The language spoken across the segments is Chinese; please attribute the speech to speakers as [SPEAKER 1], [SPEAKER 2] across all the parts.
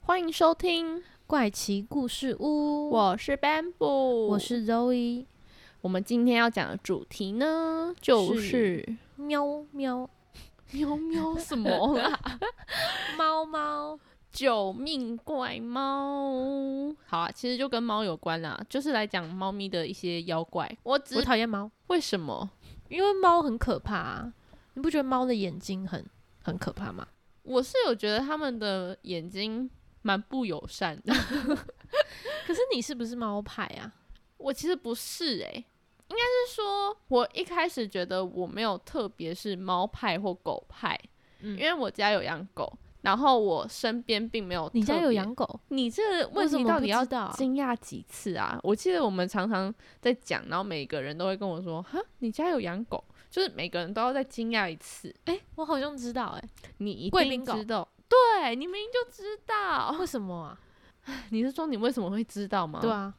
[SPEAKER 1] 欢迎收听，
[SPEAKER 2] 怪奇故事屋，
[SPEAKER 1] 我是 Bamboo，
[SPEAKER 2] 我是 Zoe，
[SPEAKER 1] 我们今天要讲的主题呢，就是
[SPEAKER 2] 喵喵
[SPEAKER 1] 喵喵什么啦？
[SPEAKER 2] 猫猫，
[SPEAKER 1] 救命怪猫！好啊，其实就跟猫有关啦，就是来讲猫咪的一些妖怪。我
[SPEAKER 2] 我
[SPEAKER 1] 只
[SPEAKER 2] 讨厌猫，
[SPEAKER 1] 为什么？
[SPEAKER 2] 因为猫很可怕、啊，你不觉得猫的眼睛很很可怕吗？
[SPEAKER 1] 我是有觉得他们的眼睛蛮不友善的。
[SPEAKER 2] 可是你是不是猫派啊？
[SPEAKER 1] 我其实不是诶、应该是说我一开始觉得我没有特别是猫派或狗派，
[SPEAKER 2] 嗯
[SPEAKER 1] 因为我家有养狗，然后我身边并没有。
[SPEAKER 2] 你家有？养狗？
[SPEAKER 1] 你这个
[SPEAKER 2] 为
[SPEAKER 1] 问
[SPEAKER 2] 什
[SPEAKER 1] 题
[SPEAKER 2] 么
[SPEAKER 1] 到
[SPEAKER 2] 不
[SPEAKER 1] 底要
[SPEAKER 2] 知道啊？
[SPEAKER 1] 惊讶几次啊？我记得我们常常在讲，然后每个人都会跟我说：“哈，你家有养狗？”就是每个人都要再惊讶一 次。
[SPEAKER 2] 哎、我好像知道、欸
[SPEAKER 1] 你一
[SPEAKER 2] 贵
[SPEAKER 1] 定
[SPEAKER 2] 宾狗
[SPEAKER 1] 知道，对你明明就知
[SPEAKER 2] 哎，
[SPEAKER 1] 道。
[SPEAKER 2] 为什么啊？
[SPEAKER 1] 你是说你为什么会知道吗？
[SPEAKER 2] 对，啊，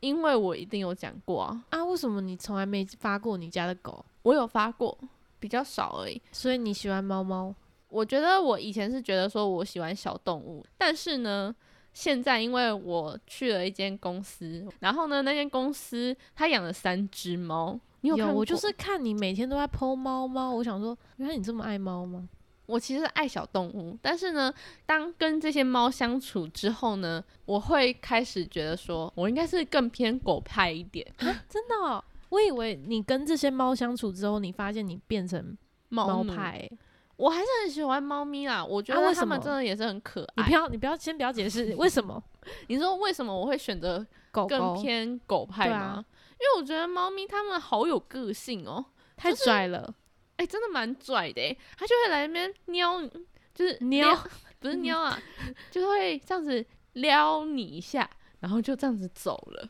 [SPEAKER 1] 因为我一定有讲过啊，
[SPEAKER 2] 啊，为什么你从来没发过你家的狗？
[SPEAKER 1] 我有发过，比较少而已。
[SPEAKER 2] 所以你喜欢猫猫？
[SPEAKER 1] 我觉得我以前是觉得说我喜欢小动物，但是呢，现在因为我去了一间公司，然后呢，那间公司它养了三只猫，你有看过
[SPEAKER 2] 我就是看你每天都在剖猫猫，我想说，原来你这么爱猫吗？
[SPEAKER 1] 我其实爱小动物，但是呢，当跟这些猫相处之后呢，我会开始觉得说我应该是更偏狗派一点，
[SPEAKER 2] 真的哦、我以为你跟这些猫相处之后，你发现你变成猫
[SPEAKER 1] 奴
[SPEAKER 2] 派、欸。
[SPEAKER 1] 我还是很喜欢猫咪啦，我觉
[SPEAKER 2] 啊
[SPEAKER 1] 得
[SPEAKER 2] 为
[SPEAKER 1] 它
[SPEAKER 2] 什
[SPEAKER 1] 们
[SPEAKER 2] 么
[SPEAKER 1] 真的也是很可
[SPEAKER 2] 你
[SPEAKER 1] 爱。
[SPEAKER 2] 不要，你不要，先不要解释为什么
[SPEAKER 1] 你说为什么我会选择
[SPEAKER 2] 狗
[SPEAKER 1] 更
[SPEAKER 2] 狗
[SPEAKER 1] 偏狗派
[SPEAKER 2] 哦对
[SPEAKER 1] 吗？
[SPEAKER 2] 啊
[SPEAKER 1] 因为我觉得猫咪它们好有个性哦、
[SPEAKER 2] 太拽了，
[SPEAKER 1] 哎、真的蛮拽的、欸，它就会来那边撩你，就是
[SPEAKER 2] 喵嗯
[SPEAKER 1] 撩， 不是撩啊，就会这样子撩你一下，然后就这样子走了，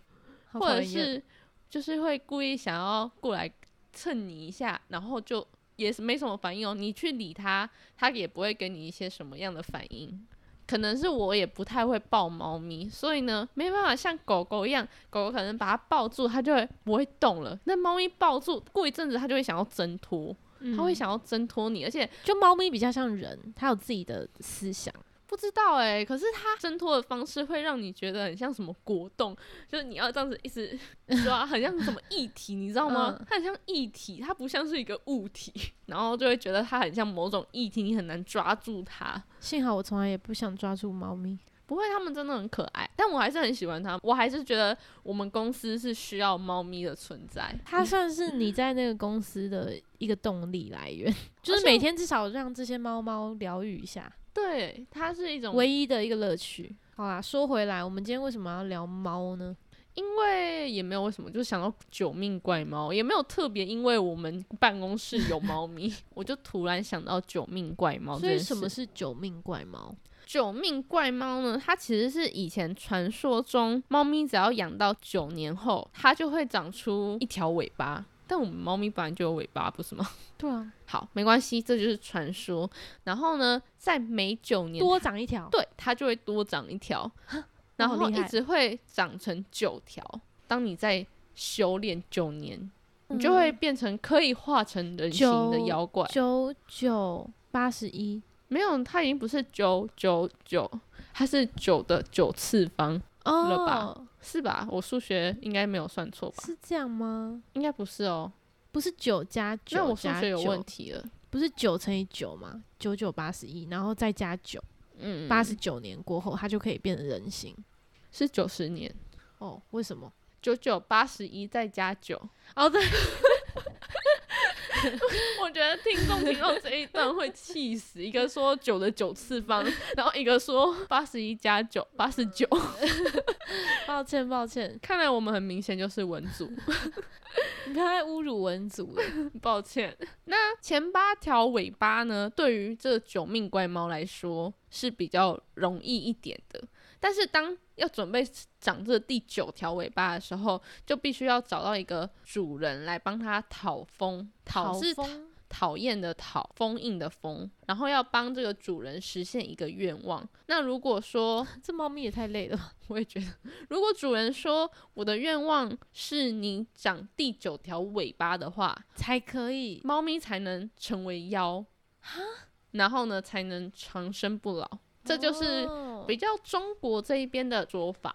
[SPEAKER 2] 好
[SPEAKER 1] 或
[SPEAKER 2] 讨
[SPEAKER 1] 者
[SPEAKER 2] 厌
[SPEAKER 1] 是就是会故意想要过来蹭你一下，然后就也是没什么反应哦、你去理它，它也不会给你一些什么样的反应。可能是我也不太会抱猫咪，所以呢，没办法像狗狗一样，狗狗可能把它抱住，它就会不会动了。那猫咪抱住，过一阵子它就会想要挣脱，它会
[SPEAKER 2] 嗯
[SPEAKER 1] 想要挣脱你，而且
[SPEAKER 2] 就猫咪比较像人，它有自己的思想，
[SPEAKER 1] 不知道哎、可是它挣脱的方式会让你觉得很像什么果冻，就是你要这样子一直抓，很像什么液体，你知道吗？
[SPEAKER 2] 嗯
[SPEAKER 1] 它很像液体，它不像是一个物体， 然后就会觉得它很像某种液体，你很难抓住它。
[SPEAKER 2] 幸好我从来也不想抓住猫咪。
[SPEAKER 1] 不会，它们真的很可爱，但我还是很喜欢它，我还是觉得我们公司是需要猫咪的存在。
[SPEAKER 2] 它算是你在那个公司的一个动力来 源，就是每天至少让这些猫猫疗愈一下，
[SPEAKER 1] 对，它是一种
[SPEAKER 2] 唯一的一个乐趣。好啦，说回来，我们今天为什么要聊猫呢？
[SPEAKER 1] 因为也没有为什么，就是想到九命怪猫，也没有特别，因为我们办公室有猫咪， 我就突然想到九命怪猫这
[SPEAKER 2] 所以
[SPEAKER 1] 件事。
[SPEAKER 2] 什么是九命怪猫？
[SPEAKER 1] 九命怪猫呢？它其实是以前传说中，猫咪只要养到九年后，它就会长出一条尾巴。但我们猫咪本来就有尾巴，不是吗？
[SPEAKER 2] 对啊，
[SPEAKER 1] 好，没关系，这就是传说。然后呢，在每九年
[SPEAKER 2] 多长一条，
[SPEAKER 1] 对，它就会多长一条，然
[SPEAKER 2] 好
[SPEAKER 1] 后
[SPEAKER 2] 厉
[SPEAKER 1] 一
[SPEAKER 2] 害
[SPEAKER 1] 直会长成九条。当你在修炼九年，你就会
[SPEAKER 2] 嗯
[SPEAKER 1] 变成可以化成人形的
[SPEAKER 2] 九
[SPEAKER 1] 妖怪。
[SPEAKER 2] 九九八十一
[SPEAKER 1] 没有，它已经不是九九九，它是九的九次方，了吧
[SPEAKER 2] 哦，
[SPEAKER 1] 是吧？我数学应该没有算错吧？
[SPEAKER 2] 是这样吗？
[SPEAKER 1] 应该不是哦。
[SPEAKER 2] 不是九加
[SPEAKER 1] 那
[SPEAKER 2] 九
[SPEAKER 1] 我数
[SPEAKER 2] 加
[SPEAKER 1] 学有问
[SPEAKER 2] 九，
[SPEAKER 1] 题了。
[SPEAKER 2] 不是九乘以九吗？九九八十一，然后再加九，
[SPEAKER 1] 嗯，
[SPEAKER 2] 八十九年过后，它就可以变成人形。
[SPEAKER 1] 是九十年，
[SPEAKER 2] 哦，为什么？
[SPEAKER 1] 九九八十一再加九。
[SPEAKER 2] 哦，对，
[SPEAKER 1] 我觉得听众听到这一段会气死，一个说九的九次方，然后一个说八十一加九，八十九。
[SPEAKER 2] 抱歉抱歉，
[SPEAKER 1] 看来我们很明显就是文组，
[SPEAKER 2] 你不要再侮辱文族了。
[SPEAKER 1] 抱歉。那前八条尾巴呢，对于这九命怪猫来说是比较容易一点的，但是当要准备长这第九条尾巴的时候，就必须要找到一个主人来帮它讨风，讨是
[SPEAKER 2] 风
[SPEAKER 1] 讨厌的讨，封印的封，然后要帮这个主人实现一个愿望。那如果说，
[SPEAKER 2] 这猫咪也太累了吧？
[SPEAKER 1] 我也觉得，如果主人说我的愿望是你长第九条尾巴的话，
[SPEAKER 2] 才可以
[SPEAKER 1] 猫咪才能成为妖然后呢才能长生不老。 这就是
[SPEAKER 2] 哦
[SPEAKER 1] 比较中国这一边的说法，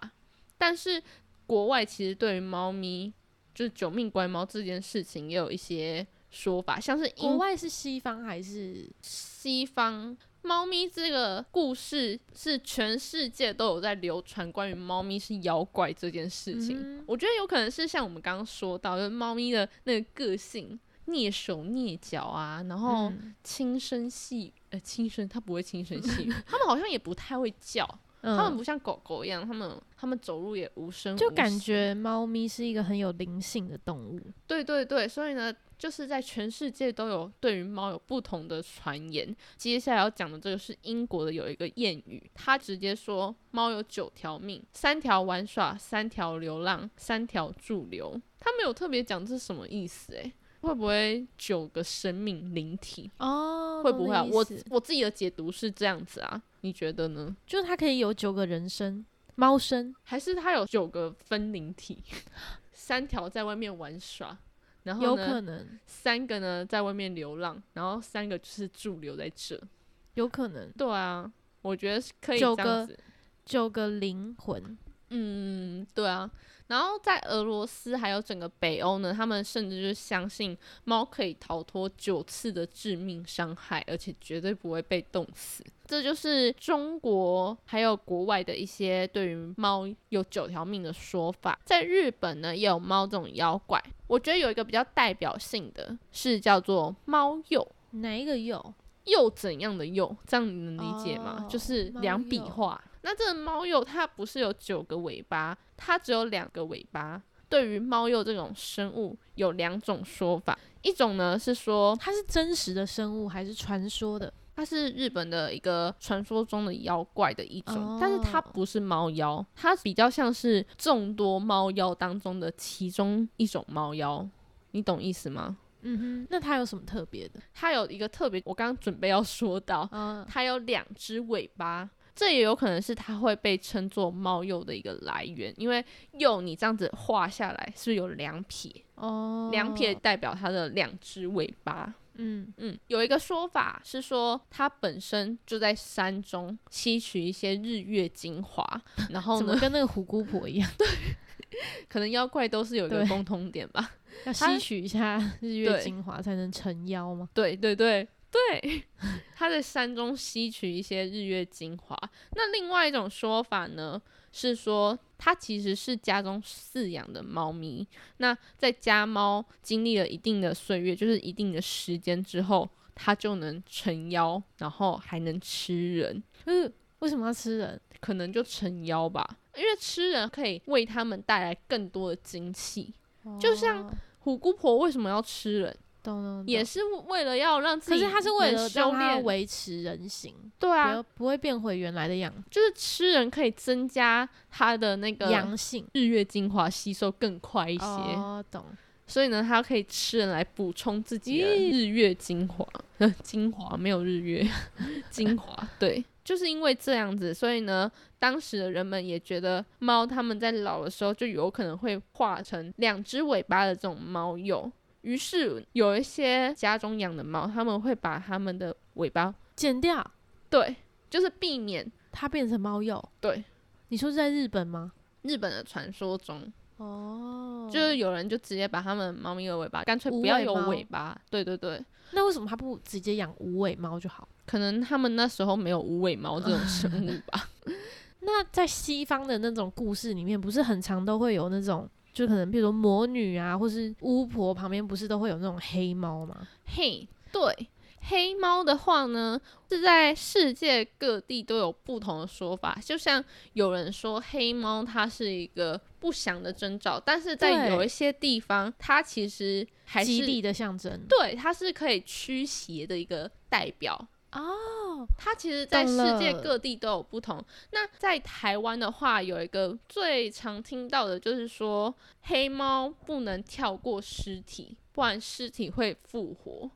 [SPEAKER 1] 但是国外其实对于猫咪就是九命乖猫这件事情也有一些说法，像是
[SPEAKER 2] 国
[SPEAKER 1] 英
[SPEAKER 2] 外是西方还是
[SPEAKER 1] 西方猫咪这个故事是全世界都有在流传关于猫咪是妖怪这件事情。
[SPEAKER 2] 嗯哼
[SPEAKER 1] 我觉得有可能是像我们刚刚说到，就是猫咪的那个个性，蹑手蹑脚啊，然后
[SPEAKER 2] 嗯
[SPEAKER 1] 轻声细语呃轻声，它不会轻声细 语，它们好像也不太会叫，它们
[SPEAKER 2] 嗯
[SPEAKER 1] 不像狗狗一样，它们它们走路也无声无息，
[SPEAKER 2] 就感觉猫咪是一个很有灵性的动物，
[SPEAKER 1] 对对对，所以呢，就是在全世界都有对于猫有不同的传言。接下来要讲的这个是英国的有一个谚语，它直接说猫有九条命，三条玩耍，三条流浪，三条驻留。它没有特别讲这是什么意思、诶，会不会九个生命灵体？
[SPEAKER 2] 哦
[SPEAKER 1] 会不会啊、我
[SPEAKER 2] 就
[SPEAKER 1] 我自己的解读是这样子啊，你觉得呢？
[SPEAKER 2] 是它可以有九个人生，猫生，
[SPEAKER 1] 还是它有九个分灵体，三条在外面玩耍，然后
[SPEAKER 2] 有
[SPEAKER 1] 呢
[SPEAKER 2] 可能，
[SPEAKER 1] 三个呢在外面流浪，然后三个就是驻留在这。
[SPEAKER 2] 有可能
[SPEAKER 1] 对啊，我觉得是可以
[SPEAKER 2] 九
[SPEAKER 1] 这样
[SPEAKER 2] 个
[SPEAKER 1] 子。
[SPEAKER 2] 九个灵魂，
[SPEAKER 1] 嗯，对啊。然后在俄罗斯还有整个北欧呢，他们甚至就是相信猫可以逃脱九次的致命伤害，而且绝对不会被冻死。这就是中国还有国外的一些对于猫有九条命的说法。在日本呢，也有猫这种妖怪。我觉得有一个比较代表性的是叫做猫鼬。
[SPEAKER 2] 哪一个有？
[SPEAKER 1] 又怎样的又，这样你能理解吗？
[SPEAKER 2] 哦
[SPEAKER 1] 就是
[SPEAKER 2] 猫
[SPEAKER 1] 两笔
[SPEAKER 2] 鼬
[SPEAKER 1] 画。那这个猫鼬它不是有九个尾巴，它只有两个尾巴。对于猫鼬这种生物，有两种说法，一种呢是说
[SPEAKER 2] 它是真实的生物还是传说的？
[SPEAKER 1] 它是日本的一个传说中的妖怪的一种，
[SPEAKER 2] 哦
[SPEAKER 1] 但是它不是猫妖，它比较像是众多猫妖当中的其中一种猫妖，你懂意思吗？
[SPEAKER 2] 嗯哼，那它有什么特别的？
[SPEAKER 1] 它有一个特别，我刚刚准备要说到，
[SPEAKER 2] 嗯，
[SPEAKER 1] 它有两只尾巴，这也有可能是它会被称作猫鼬的一个来源，因为鼬你这样子画下来是不是有两撇，
[SPEAKER 2] 哦，
[SPEAKER 1] 两撇，代表它的两只尾巴。
[SPEAKER 2] 嗯，
[SPEAKER 1] 嗯，有一个说法是说它本身就在山中吸取一些日月精华，然后
[SPEAKER 2] 怎么
[SPEAKER 1] 呢，
[SPEAKER 2] 跟那个虎姑婆一 样，
[SPEAKER 1] 可能妖怪都是有一个
[SPEAKER 2] 对
[SPEAKER 1] 共通点吧。
[SPEAKER 2] 要
[SPEAKER 1] 它
[SPEAKER 2] 吸取一 下日月
[SPEAKER 1] 对
[SPEAKER 2] 精华才能成妖吗？
[SPEAKER 1] 对对对对， 他在山中吸取一些日月精华。那另外一种说法呢，是说它其实是家中饲养的猫咪。那在家猫经历了一定的岁月，就是一定的时间之后，它就能成妖，然后还能吃人。
[SPEAKER 2] 嗯，为什么要吃人？
[SPEAKER 1] 可能就成妖吧，因为吃人可以为他们带来更多的精气。就像
[SPEAKER 2] 哦
[SPEAKER 1] 虎姑婆为什么要吃人？
[SPEAKER 2] 懂懂，
[SPEAKER 1] 也
[SPEAKER 2] 懂
[SPEAKER 1] 是为了要让自
[SPEAKER 2] 可
[SPEAKER 1] 己，
[SPEAKER 2] 是它是为了
[SPEAKER 1] 修
[SPEAKER 2] 让它
[SPEAKER 1] 炼，
[SPEAKER 2] 维持人形，
[SPEAKER 1] 对
[SPEAKER 2] 不
[SPEAKER 1] 啊
[SPEAKER 2] 要，不会变回原来的样
[SPEAKER 1] 就是吃人可以增加它的那个
[SPEAKER 2] 阳性
[SPEAKER 1] 日月精华吸收更快一
[SPEAKER 2] 一
[SPEAKER 1] 些，
[SPEAKER 2] 哦，懂。
[SPEAKER 1] 所以呢，它可以吃人来补充自己的日月精华，呃精华没有日月 精华，对。就是因为这样子，所以呢，当时的人们也觉得猫它们在老的时候就有可能会化成两只尾巴的这种猫鼬，于是有一些家中养的猫，他们会把它们的尾巴，
[SPEAKER 2] 剪掉，
[SPEAKER 1] 对，就是避免
[SPEAKER 2] 它变成猫鼬。
[SPEAKER 1] 对，
[SPEAKER 2] 你说是在日本吗？
[SPEAKER 1] 日本的传说中，
[SPEAKER 2] 哦，
[SPEAKER 1] 就是有人就直接把他们猫咪的尾巴，干脆
[SPEAKER 2] 无
[SPEAKER 1] 不要
[SPEAKER 2] 尾
[SPEAKER 1] 有
[SPEAKER 2] 猫
[SPEAKER 1] 尾巴。对对对，
[SPEAKER 2] 那为什么它不直接养无尾猫就好？
[SPEAKER 1] 可能他们那时候没有无尾猫这种生物 吧。
[SPEAKER 2] 那在西方的那种故事里面，不是很常都会有那种，就可能比如说魔女啊，或是巫婆旁边不是都会有那种黑猫吗？
[SPEAKER 1] 嘿，对，黑猫的话呢，是在世界各地都有不同的说法。就像有人说黑猫它是一个不祥的征兆，但是在
[SPEAKER 2] 对
[SPEAKER 1] 有一些地方，它其实还是
[SPEAKER 2] 吉利的象征。
[SPEAKER 1] 对，它是可以驱邪的一个代表。哦，它其实在
[SPEAKER 2] 懂
[SPEAKER 1] 世界
[SPEAKER 2] 了
[SPEAKER 1] 各地都有不同。那在台湾的话，有一个最常听到的就是说，黑猫不能跳过尸体，不然尸体会复活。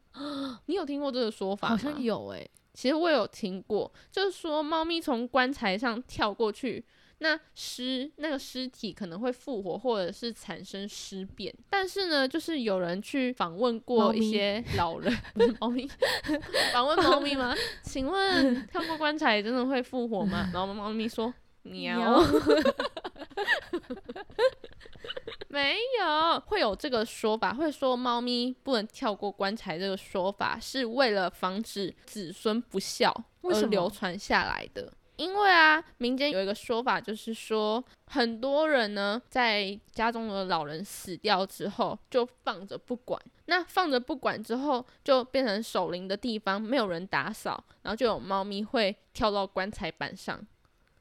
[SPEAKER 1] 你有听过这个说法
[SPEAKER 2] 好
[SPEAKER 1] 吗？
[SPEAKER 2] 像有诶、
[SPEAKER 1] 其实我有听过，就是说猫咪从棺材上跳过去，那尸那个尸体可能会复活，或者是产生尸变。但是呢，就是有人去访问
[SPEAKER 2] 猫
[SPEAKER 1] 过
[SPEAKER 2] 咪
[SPEAKER 1] 一些老人， 不是猫咪，访问猫咪吗？请问跳过棺材真的会复活吗？然后猫咪说喵
[SPEAKER 2] 喵。
[SPEAKER 1] 没有，会有这个说法，会说猫咪不能跳过棺材这个说法，是为了防止子孙不孝
[SPEAKER 2] 为
[SPEAKER 1] 而
[SPEAKER 2] 什么
[SPEAKER 1] 呃流传下来的。因为啊，民间有一个说法，就是说很多人呢，在家中的老人死掉之后，就放着不管。那放着不管之后，就变成守灵的地方，没有人打扫，然后就有猫咪会跳到棺材板上，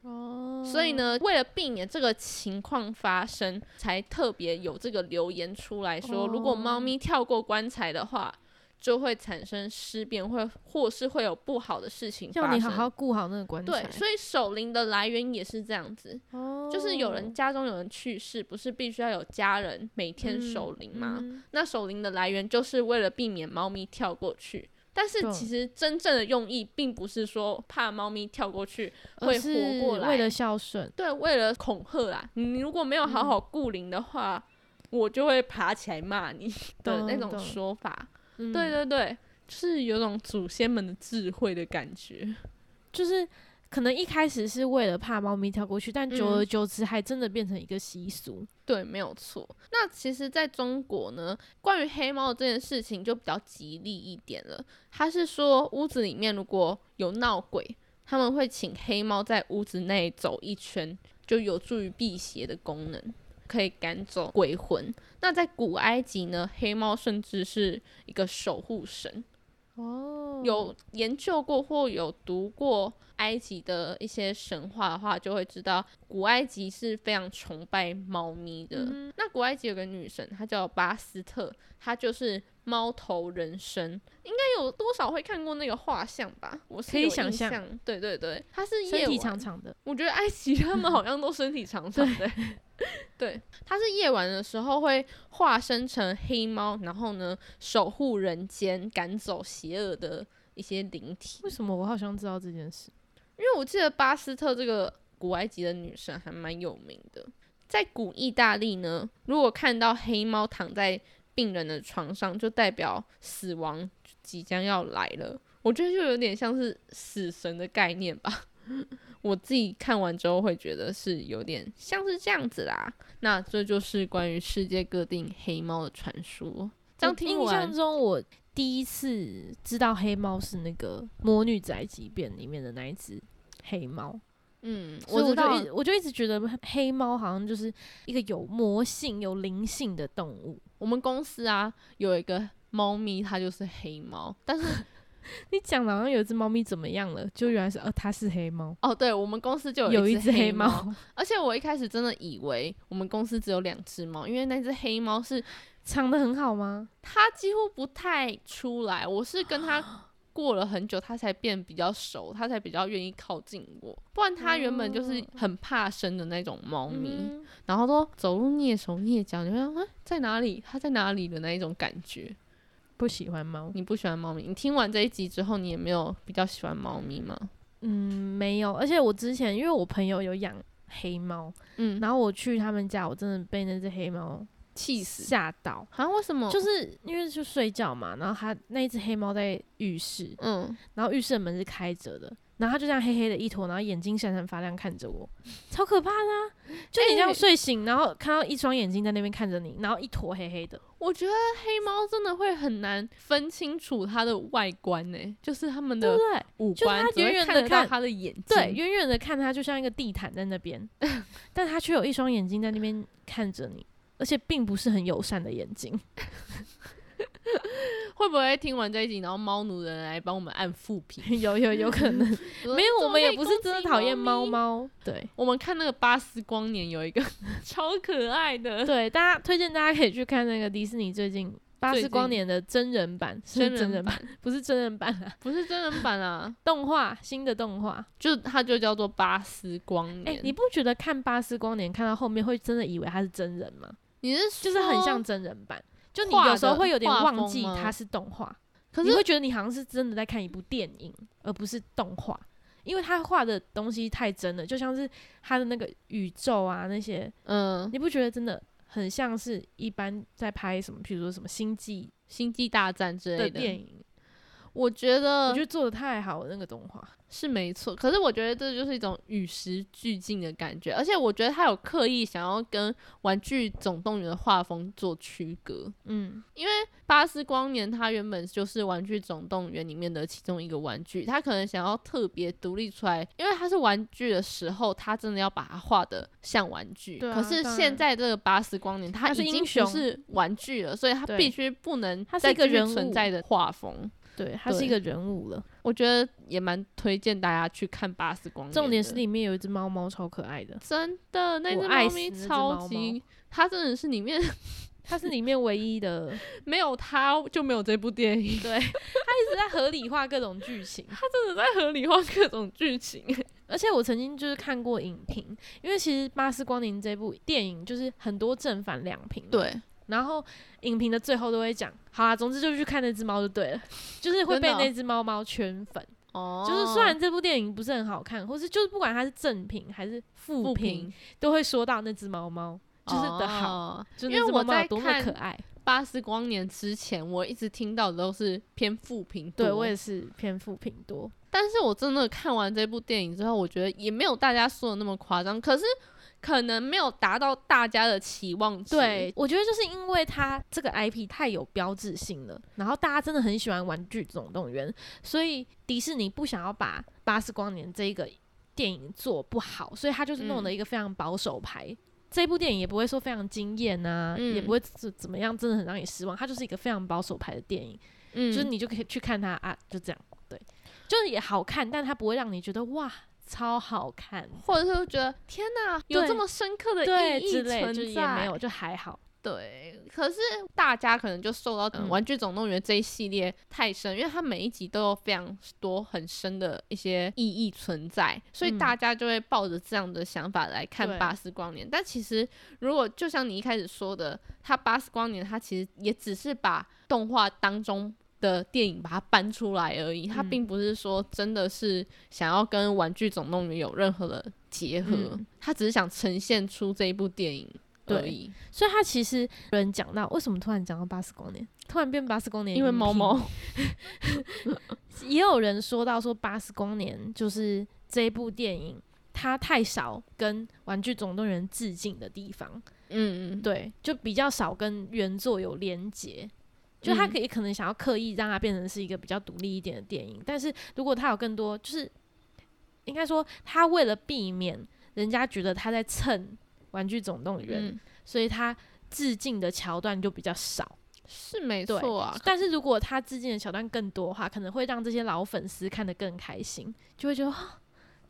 [SPEAKER 2] 哦
[SPEAKER 1] 所以，呢，为了避免这个情况发生，才特别有这个留言出来说，如果
[SPEAKER 2] 哦
[SPEAKER 1] 猫咪跳过棺材的话，就会产生尸变，会或是会有不好的事情发
[SPEAKER 2] 要
[SPEAKER 1] 生。
[SPEAKER 2] 你好好顾好那个棺材。
[SPEAKER 1] 对，所以守灵的来源也是这样子，
[SPEAKER 2] 哦
[SPEAKER 1] 就是有人家中有人去世，不是必须要有家人每天守灵吗？
[SPEAKER 2] 嗯
[SPEAKER 1] 那守灵的来源就是为了避免猫咪跳过去。但是
[SPEAKER 2] 懂
[SPEAKER 1] 其实真正的用意并不是说怕猫咪跳过去，
[SPEAKER 2] 而
[SPEAKER 1] 会活
[SPEAKER 2] 呃是
[SPEAKER 1] 过来
[SPEAKER 2] 为了孝顺，
[SPEAKER 1] 对，为了恐吓啦，你如果没有好好
[SPEAKER 2] 嗯
[SPEAKER 1] 顾灵的话，我就会爬起来 骂你的
[SPEAKER 2] 懂
[SPEAKER 1] 那种
[SPEAKER 2] 懂
[SPEAKER 1] 说法。
[SPEAKER 2] 嗯
[SPEAKER 1] 对对对，就是有种祖先们的智慧的感觉。
[SPEAKER 2] 就是可能一开始是为了怕猫咪跳过去，但久
[SPEAKER 1] 嗯
[SPEAKER 2] 而久之还真的变成一个习俗。
[SPEAKER 1] 对，没有错。那其实，在中国呢，关于黑猫这件事情就比较吉利一点了。它是说，屋子里面如果有闹鬼，他们会请黑猫在屋子内走一圈，就有助于辟邪的功能，可以赶走鬼魂。那在古埃及呢，黑猫甚至是一个守护神。
[SPEAKER 2] 哦
[SPEAKER 1] 有研究过或有读过埃及的一些神话的话，就会知道古埃及是非常崇拜猫咪
[SPEAKER 2] 嗯
[SPEAKER 1] 的。那古埃及有个女神，她叫巴斯特，她就是猫头人身，应该有多少会看过那个画像吧？我是
[SPEAKER 2] 可以
[SPEAKER 1] 有
[SPEAKER 2] 想
[SPEAKER 1] 印
[SPEAKER 2] 象
[SPEAKER 1] 象，对对对，她是夜
[SPEAKER 2] 身体
[SPEAKER 1] 晚
[SPEAKER 2] 长长的，
[SPEAKER 1] 我觉得埃及他们好像都身体长长的。对，它是夜晚的时候会化身成黑猫，然后呢守护人间，赶走邪恶的一些灵体。
[SPEAKER 2] 为什么我好像知道这件事？
[SPEAKER 1] 因为我记得巴斯特这个古埃及的女神还蛮有名的，在古意大利呢，如果看到黑猫躺在病人的床上，就代表死亡即将要来了。我觉得就有点像是死神的概念吧。 我自己看完之后会觉得是有点像是这样子啦。那这就是关于世界各地黑猫的传说。这样
[SPEAKER 2] 我
[SPEAKER 1] 听
[SPEAKER 2] 印
[SPEAKER 1] 完
[SPEAKER 2] 象，中我第一次知道黑猫是那个《魔女宅急便》里面的那一只黑猫，
[SPEAKER 1] 嗯，
[SPEAKER 2] 所以
[SPEAKER 1] 知
[SPEAKER 2] 我
[SPEAKER 1] 道
[SPEAKER 2] 就一直我就一直觉得黑猫好像就是一个有魔性、有灵性的动物。
[SPEAKER 1] 我们公司啊有一个猫咪，它就是黑猫，但是
[SPEAKER 2] 你讲的好像有一只猫咪怎么样了，就原来是哦，它是黑猫，
[SPEAKER 1] 哦，对，我们公司就
[SPEAKER 2] 有
[SPEAKER 1] 一
[SPEAKER 2] 一只
[SPEAKER 1] 只
[SPEAKER 2] 黑
[SPEAKER 1] 猫，
[SPEAKER 2] 猫
[SPEAKER 1] 而且我一开始真的以为我们公司只有两只猫，因为那只黑猫是
[SPEAKER 2] 藏的很好吗？
[SPEAKER 1] 它几乎不太出来，我是跟 它过了很久，它才变比较熟，它才比较愿意靠近我，不然它原本就是很怕生的那种猫咪，
[SPEAKER 2] 哦嗯，
[SPEAKER 1] 然后都走路蹑手蹑脚，你会想啊在哪里？它在哪里的那一种感觉。
[SPEAKER 2] 不喜欢猫。
[SPEAKER 1] 你不喜欢猫咪，你听完这一集之后，你也没有比较喜欢猫咪吗？
[SPEAKER 2] 嗯，没有。而且我之前因为我朋友有养黑猫，
[SPEAKER 1] 嗯，
[SPEAKER 2] 然后我去他们家，我真的被那只黑猫
[SPEAKER 1] 气死！
[SPEAKER 2] 吓到。
[SPEAKER 1] 啊，为什么？
[SPEAKER 2] 就是因为就睡觉嘛，然后它那一只黑猫在浴室，
[SPEAKER 1] 嗯，
[SPEAKER 2] 然后浴室的门是开着的，然后它就这样黑黑的一坨，然后眼睛闪闪发亮看着我，超可怕的啊、就你这样
[SPEAKER 1] 哎
[SPEAKER 2] 睡醒，然后看到一双眼睛在那边看着你，然后一坨黑黑的，
[SPEAKER 1] 我觉得黑猫真的会很难分清楚它的外观呢、就是它们
[SPEAKER 2] 对不
[SPEAKER 1] 的
[SPEAKER 2] 对？
[SPEAKER 1] 五
[SPEAKER 2] 就是
[SPEAKER 1] 官
[SPEAKER 2] 它，
[SPEAKER 1] 只会
[SPEAKER 2] 远远地
[SPEAKER 1] 看得到
[SPEAKER 2] 看
[SPEAKER 1] 它的眼睛。
[SPEAKER 2] 对，，远远的看它就像一个地毯在那边， 但它却有一双眼睛在那边看着你，而且并不是很友善的眼睛。
[SPEAKER 1] 会不会听完这一集，然后猫奴人来帮我们按复评？
[SPEAKER 2] 有有有可 能，没有，我们也不是真的讨厌猫
[SPEAKER 1] 猫。
[SPEAKER 2] 猫。 对
[SPEAKER 1] 我们看那个《巴斯光年》有一个 超可爱的，
[SPEAKER 2] 对，大家推荐大家可以去看那个迪士尼最近《巴
[SPEAKER 1] 最
[SPEAKER 2] 斯光
[SPEAKER 1] 近
[SPEAKER 2] 年的真人 版，是
[SPEAKER 1] 真
[SPEAKER 2] 真
[SPEAKER 1] 人
[SPEAKER 2] 人版， 不是真人版 啊，
[SPEAKER 1] 不是真人版啊，
[SPEAKER 2] 动画新的动画。
[SPEAKER 1] 就它就叫做巴斯光
[SPEAKER 2] 哎、
[SPEAKER 1] 年。
[SPEAKER 2] 你不觉得看巴斯光年看到后面会真的以为他是真人吗？
[SPEAKER 1] 你是
[SPEAKER 2] 就是很
[SPEAKER 1] 说
[SPEAKER 2] 像，真人版，就你
[SPEAKER 1] 哦画
[SPEAKER 2] 有时候
[SPEAKER 1] 的
[SPEAKER 2] 会有点
[SPEAKER 1] 画
[SPEAKER 2] 忘
[SPEAKER 1] 风
[SPEAKER 2] 记
[SPEAKER 1] 吗
[SPEAKER 2] 它是动画，
[SPEAKER 1] 可
[SPEAKER 2] 你
[SPEAKER 1] 是
[SPEAKER 2] 会觉得你好像是真的在看一部电影，而不是动画，因为他画的东西太真了，就像是他的那个宇宙啊那些，
[SPEAKER 1] 嗯，《
[SPEAKER 2] 你不觉得真的很像是一般在拍什么，比如说什么星际
[SPEAKER 1] 星际大战》之
[SPEAKER 2] 的
[SPEAKER 1] 类
[SPEAKER 2] 电
[SPEAKER 1] 的，
[SPEAKER 2] 影？
[SPEAKER 1] 我觉
[SPEAKER 2] 我
[SPEAKER 1] 得
[SPEAKER 2] 觉得做的太好了，那个动画。
[SPEAKER 1] 是没错。可是我觉得这就是一种与时俱进的感觉，而且我觉得他有刻意想要跟《玩具总动员》的画风做区隔。
[SPEAKER 2] 嗯，
[SPEAKER 1] 因为巴斯光年它原本就是《玩具总动员》里面的其中一个玩具，它可能想要特别独立出来，因为它是玩具的时候，它真的要把它画的像玩具。
[SPEAKER 2] 对啊
[SPEAKER 1] 可是
[SPEAKER 2] 当然
[SPEAKER 1] 现在这个巴斯光年，它
[SPEAKER 2] 它是
[SPEAKER 1] 已经
[SPEAKER 2] 英雄
[SPEAKER 1] 不是玩具了，所以它
[SPEAKER 2] 对
[SPEAKER 1] 必须不能
[SPEAKER 2] 它是
[SPEAKER 1] 再
[SPEAKER 2] 一个
[SPEAKER 1] 继续
[SPEAKER 2] 人物
[SPEAKER 1] 存在的画风。
[SPEAKER 2] 对，他是一个
[SPEAKER 1] 对
[SPEAKER 2] 人物了。
[SPEAKER 1] 我觉得也蛮推荐大家去看巴斯光年的。
[SPEAKER 2] 重点是里面有一只猫猫超可爱的，
[SPEAKER 1] 真的那
[SPEAKER 2] 我
[SPEAKER 1] 只
[SPEAKER 2] 爱
[SPEAKER 1] 猫
[SPEAKER 2] 死
[SPEAKER 1] 咪
[SPEAKER 2] 那只
[SPEAKER 1] 超
[SPEAKER 2] 猫
[SPEAKER 1] 级，它真的是里面
[SPEAKER 2] 它是里面唯一的，
[SPEAKER 1] 没有它就没有这部 电影。
[SPEAKER 2] 对，它一直在合理化各种剧情。
[SPEAKER 1] 它真的在合理化各种剧情。
[SPEAKER 2] 而且我曾经就是看过影评，因为其实《巴斯光年》这部电影就是很多正反两评，。
[SPEAKER 1] 对，
[SPEAKER 2] 然后影评的最后都会讲，好啊，总之就去看那只猫就对了，就是会被
[SPEAKER 1] 真的哦
[SPEAKER 2] 那只猫猫圈粉。
[SPEAKER 1] 哦
[SPEAKER 2] 就是虽然这部电影不是很好看，或是就是不管它是正评还是负
[SPEAKER 1] 不
[SPEAKER 2] 评
[SPEAKER 1] 平，，
[SPEAKER 2] 都会说到那只猫猫就是的好，
[SPEAKER 1] 哦
[SPEAKER 2] 就是
[SPEAKER 1] 因
[SPEAKER 2] 那
[SPEAKER 1] 为
[SPEAKER 2] 只猫
[SPEAKER 1] 我
[SPEAKER 2] 猫
[SPEAKER 1] 在
[SPEAKER 2] 有多么
[SPEAKER 1] 看
[SPEAKER 2] 可
[SPEAKER 1] 《
[SPEAKER 2] 爱。
[SPEAKER 1] 巴斯光年》之前，我一直听到的都是偏负评多，
[SPEAKER 2] 对我也是偏负评多，
[SPEAKER 1] 但是我真的看完这部电影之后，我觉得也没有大家说的那么夸张，可是可能没有达到大家的期望值。
[SPEAKER 2] 对，我觉得就是因为它这个 IP 太有标志性了，然后大家真的很喜欢《玩具总动员》，所以迪士尼不想要把《巴斯光年》这一个电影做不好，所以他就是弄了
[SPEAKER 1] 嗯
[SPEAKER 2] 一个非常保守牌。这部电影也不会说非常惊艳啊，
[SPEAKER 1] 嗯
[SPEAKER 2] 也不会怎怎么样，真的很让你失望。它就是一个非常保守牌的电影，
[SPEAKER 1] 嗯，
[SPEAKER 2] 就是你就可以去看它啊，就这样，对，就是也好看，但它不会让你觉得哇超好看，
[SPEAKER 1] 或者是觉得天哪，有
[SPEAKER 2] 对
[SPEAKER 1] 这么深刻的
[SPEAKER 2] 对
[SPEAKER 1] 意义
[SPEAKER 2] 之类，
[SPEAKER 1] 存
[SPEAKER 2] 就是也
[SPEAKER 1] 在
[SPEAKER 2] 没有，就还好。
[SPEAKER 1] 对，可是大家可能就受到呃《
[SPEAKER 2] 嗯
[SPEAKER 1] 玩具总动员》这一系列太深，因为它每一集都有非常多很深的一些意义存在，所以
[SPEAKER 2] 嗯
[SPEAKER 1] 大家就会抱着这样的想法来看
[SPEAKER 2] 对
[SPEAKER 1] 《巴斯光年》。但其实，如果就像你一开始说的，它《巴斯光年》它其实也只是把动画当中。的电影把它搬出来而已，它
[SPEAKER 2] 嗯
[SPEAKER 1] 并不是说真的是想要跟《玩具总动员》有任何的结合，
[SPEAKER 2] 嗯
[SPEAKER 1] 它只是想呈现出这一部电影而
[SPEAKER 2] 对
[SPEAKER 1] 已。
[SPEAKER 2] 所以他其实有人讲到，为什么突然讲到八十光年，突然变八十光年，
[SPEAKER 1] 因为猫猫，
[SPEAKER 2] 也有人说到说八十光年就是这一部电影。它太少跟《玩具总动员》致敬的地方，
[SPEAKER 1] 嗯，对，
[SPEAKER 2] 对，就比较少跟原作有连结。就他
[SPEAKER 1] 嗯
[SPEAKER 2] 可以可能想要刻意让它变成是一个比较独立一点的电影，但是如果他有更多，就是应该说他为了避免人家觉得他在蹭《玩具总动员》
[SPEAKER 1] 嗯，
[SPEAKER 2] 所以他致敬的桥段就比较少。
[SPEAKER 1] 是没
[SPEAKER 2] 对
[SPEAKER 1] 错啊。
[SPEAKER 2] 但是如果他致敬的桥段更多的话，可能会让这些老粉丝看得更开心，就会觉得哦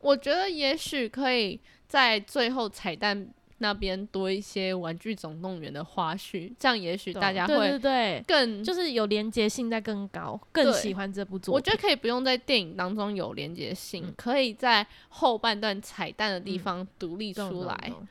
[SPEAKER 1] 我觉得也许可以在最后彩蛋那边多一些《玩具总动员》的花絮，这样也许大家
[SPEAKER 2] 哦对对
[SPEAKER 1] 会
[SPEAKER 2] 对，
[SPEAKER 1] 更
[SPEAKER 2] 就是有连接性在更高，更
[SPEAKER 1] 对
[SPEAKER 2] 喜欢这部作品。
[SPEAKER 1] 我觉得可以不用在电影当中有连接性，可以在后半段彩蛋的地
[SPEAKER 2] 嗯
[SPEAKER 1] 方独立
[SPEAKER 2] 懂
[SPEAKER 1] 出
[SPEAKER 2] 懂
[SPEAKER 1] 来，
[SPEAKER 2] 懂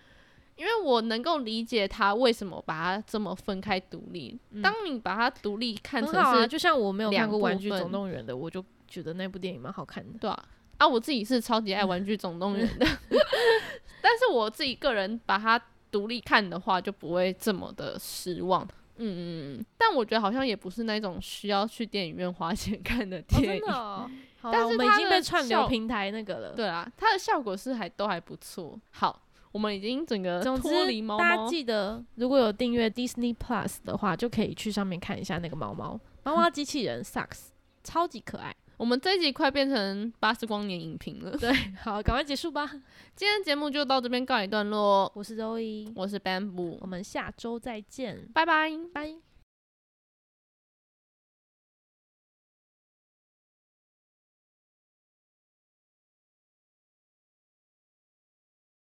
[SPEAKER 1] 因为我能够理解他为什么把它这么分开独立。
[SPEAKER 2] 嗯
[SPEAKER 1] 当你把它独立看
[SPEAKER 2] 很
[SPEAKER 1] 成
[SPEAKER 2] 好啊，
[SPEAKER 1] 是
[SPEAKER 2] 就像我没有看
[SPEAKER 1] 两
[SPEAKER 2] 过《
[SPEAKER 1] 部
[SPEAKER 2] 玩具
[SPEAKER 1] 分
[SPEAKER 2] 总动员》的，我就觉得那部电影蛮好 看的。
[SPEAKER 1] 对啊，啊，我自己是超级爱《玩具总动员》的，
[SPEAKER 2] 嗯
[SPEAKER 1] 但是我自己个人把它独立看的话，就不会这么的失望。嗯嗯嗯，但我觉得好像也不是那种需要去电影院花钱看的
[SPEAKER 2] 哦，
[SPEAKER 1] 电
[SPEAKER 2] 真
[SPEAKER 1] 影。
[SPEAKER 2] 的哦，好
[SPEAKER 1] 但
[SPEAKER 2] 啦，我
[SPEAKER 1] 是
[SPEAKER 2] 们已
[SPEAKER 1] 它
[SPEAKER 2] 经
[SPEAKER 1] 的
[SPEAKER 2] 被串流
[SPEAKER 1] 效
[SPEAKER 2] 平台那个了。
[SPEAKER 1] 对啊，它的效果是还都还不错。好，我们已经整个
[SPEAKER 2] 总
[SPEAKER 1] 脱
[SPEAKER 2] 之
[SPEAKER 1] 离，猫
[SPEAKER 2] 大家
[SPEAKER 1] 猫。
[SPEAKER 2] 记得如果有订阅 Disney Plus 的话，就可以去上面看一下那个猫猫猫 猫机器人 Sucks，超级可爱。
[SPEAKER 1] 我们这一集快变成《巴斯光年》影评了。对，
[SPEAKER 2] 好，赶快结束吧。
[SPEAKER 1] 今天节目就到这边告一段落。
[SPEAKER 2] 我是周一，
[SPEAKER 1] 我是 Bamboo，
[SPEAKER 2] 我们下周再见，
[SPEAKER 1] 拜拜。
[SPEAKER 2] 拜。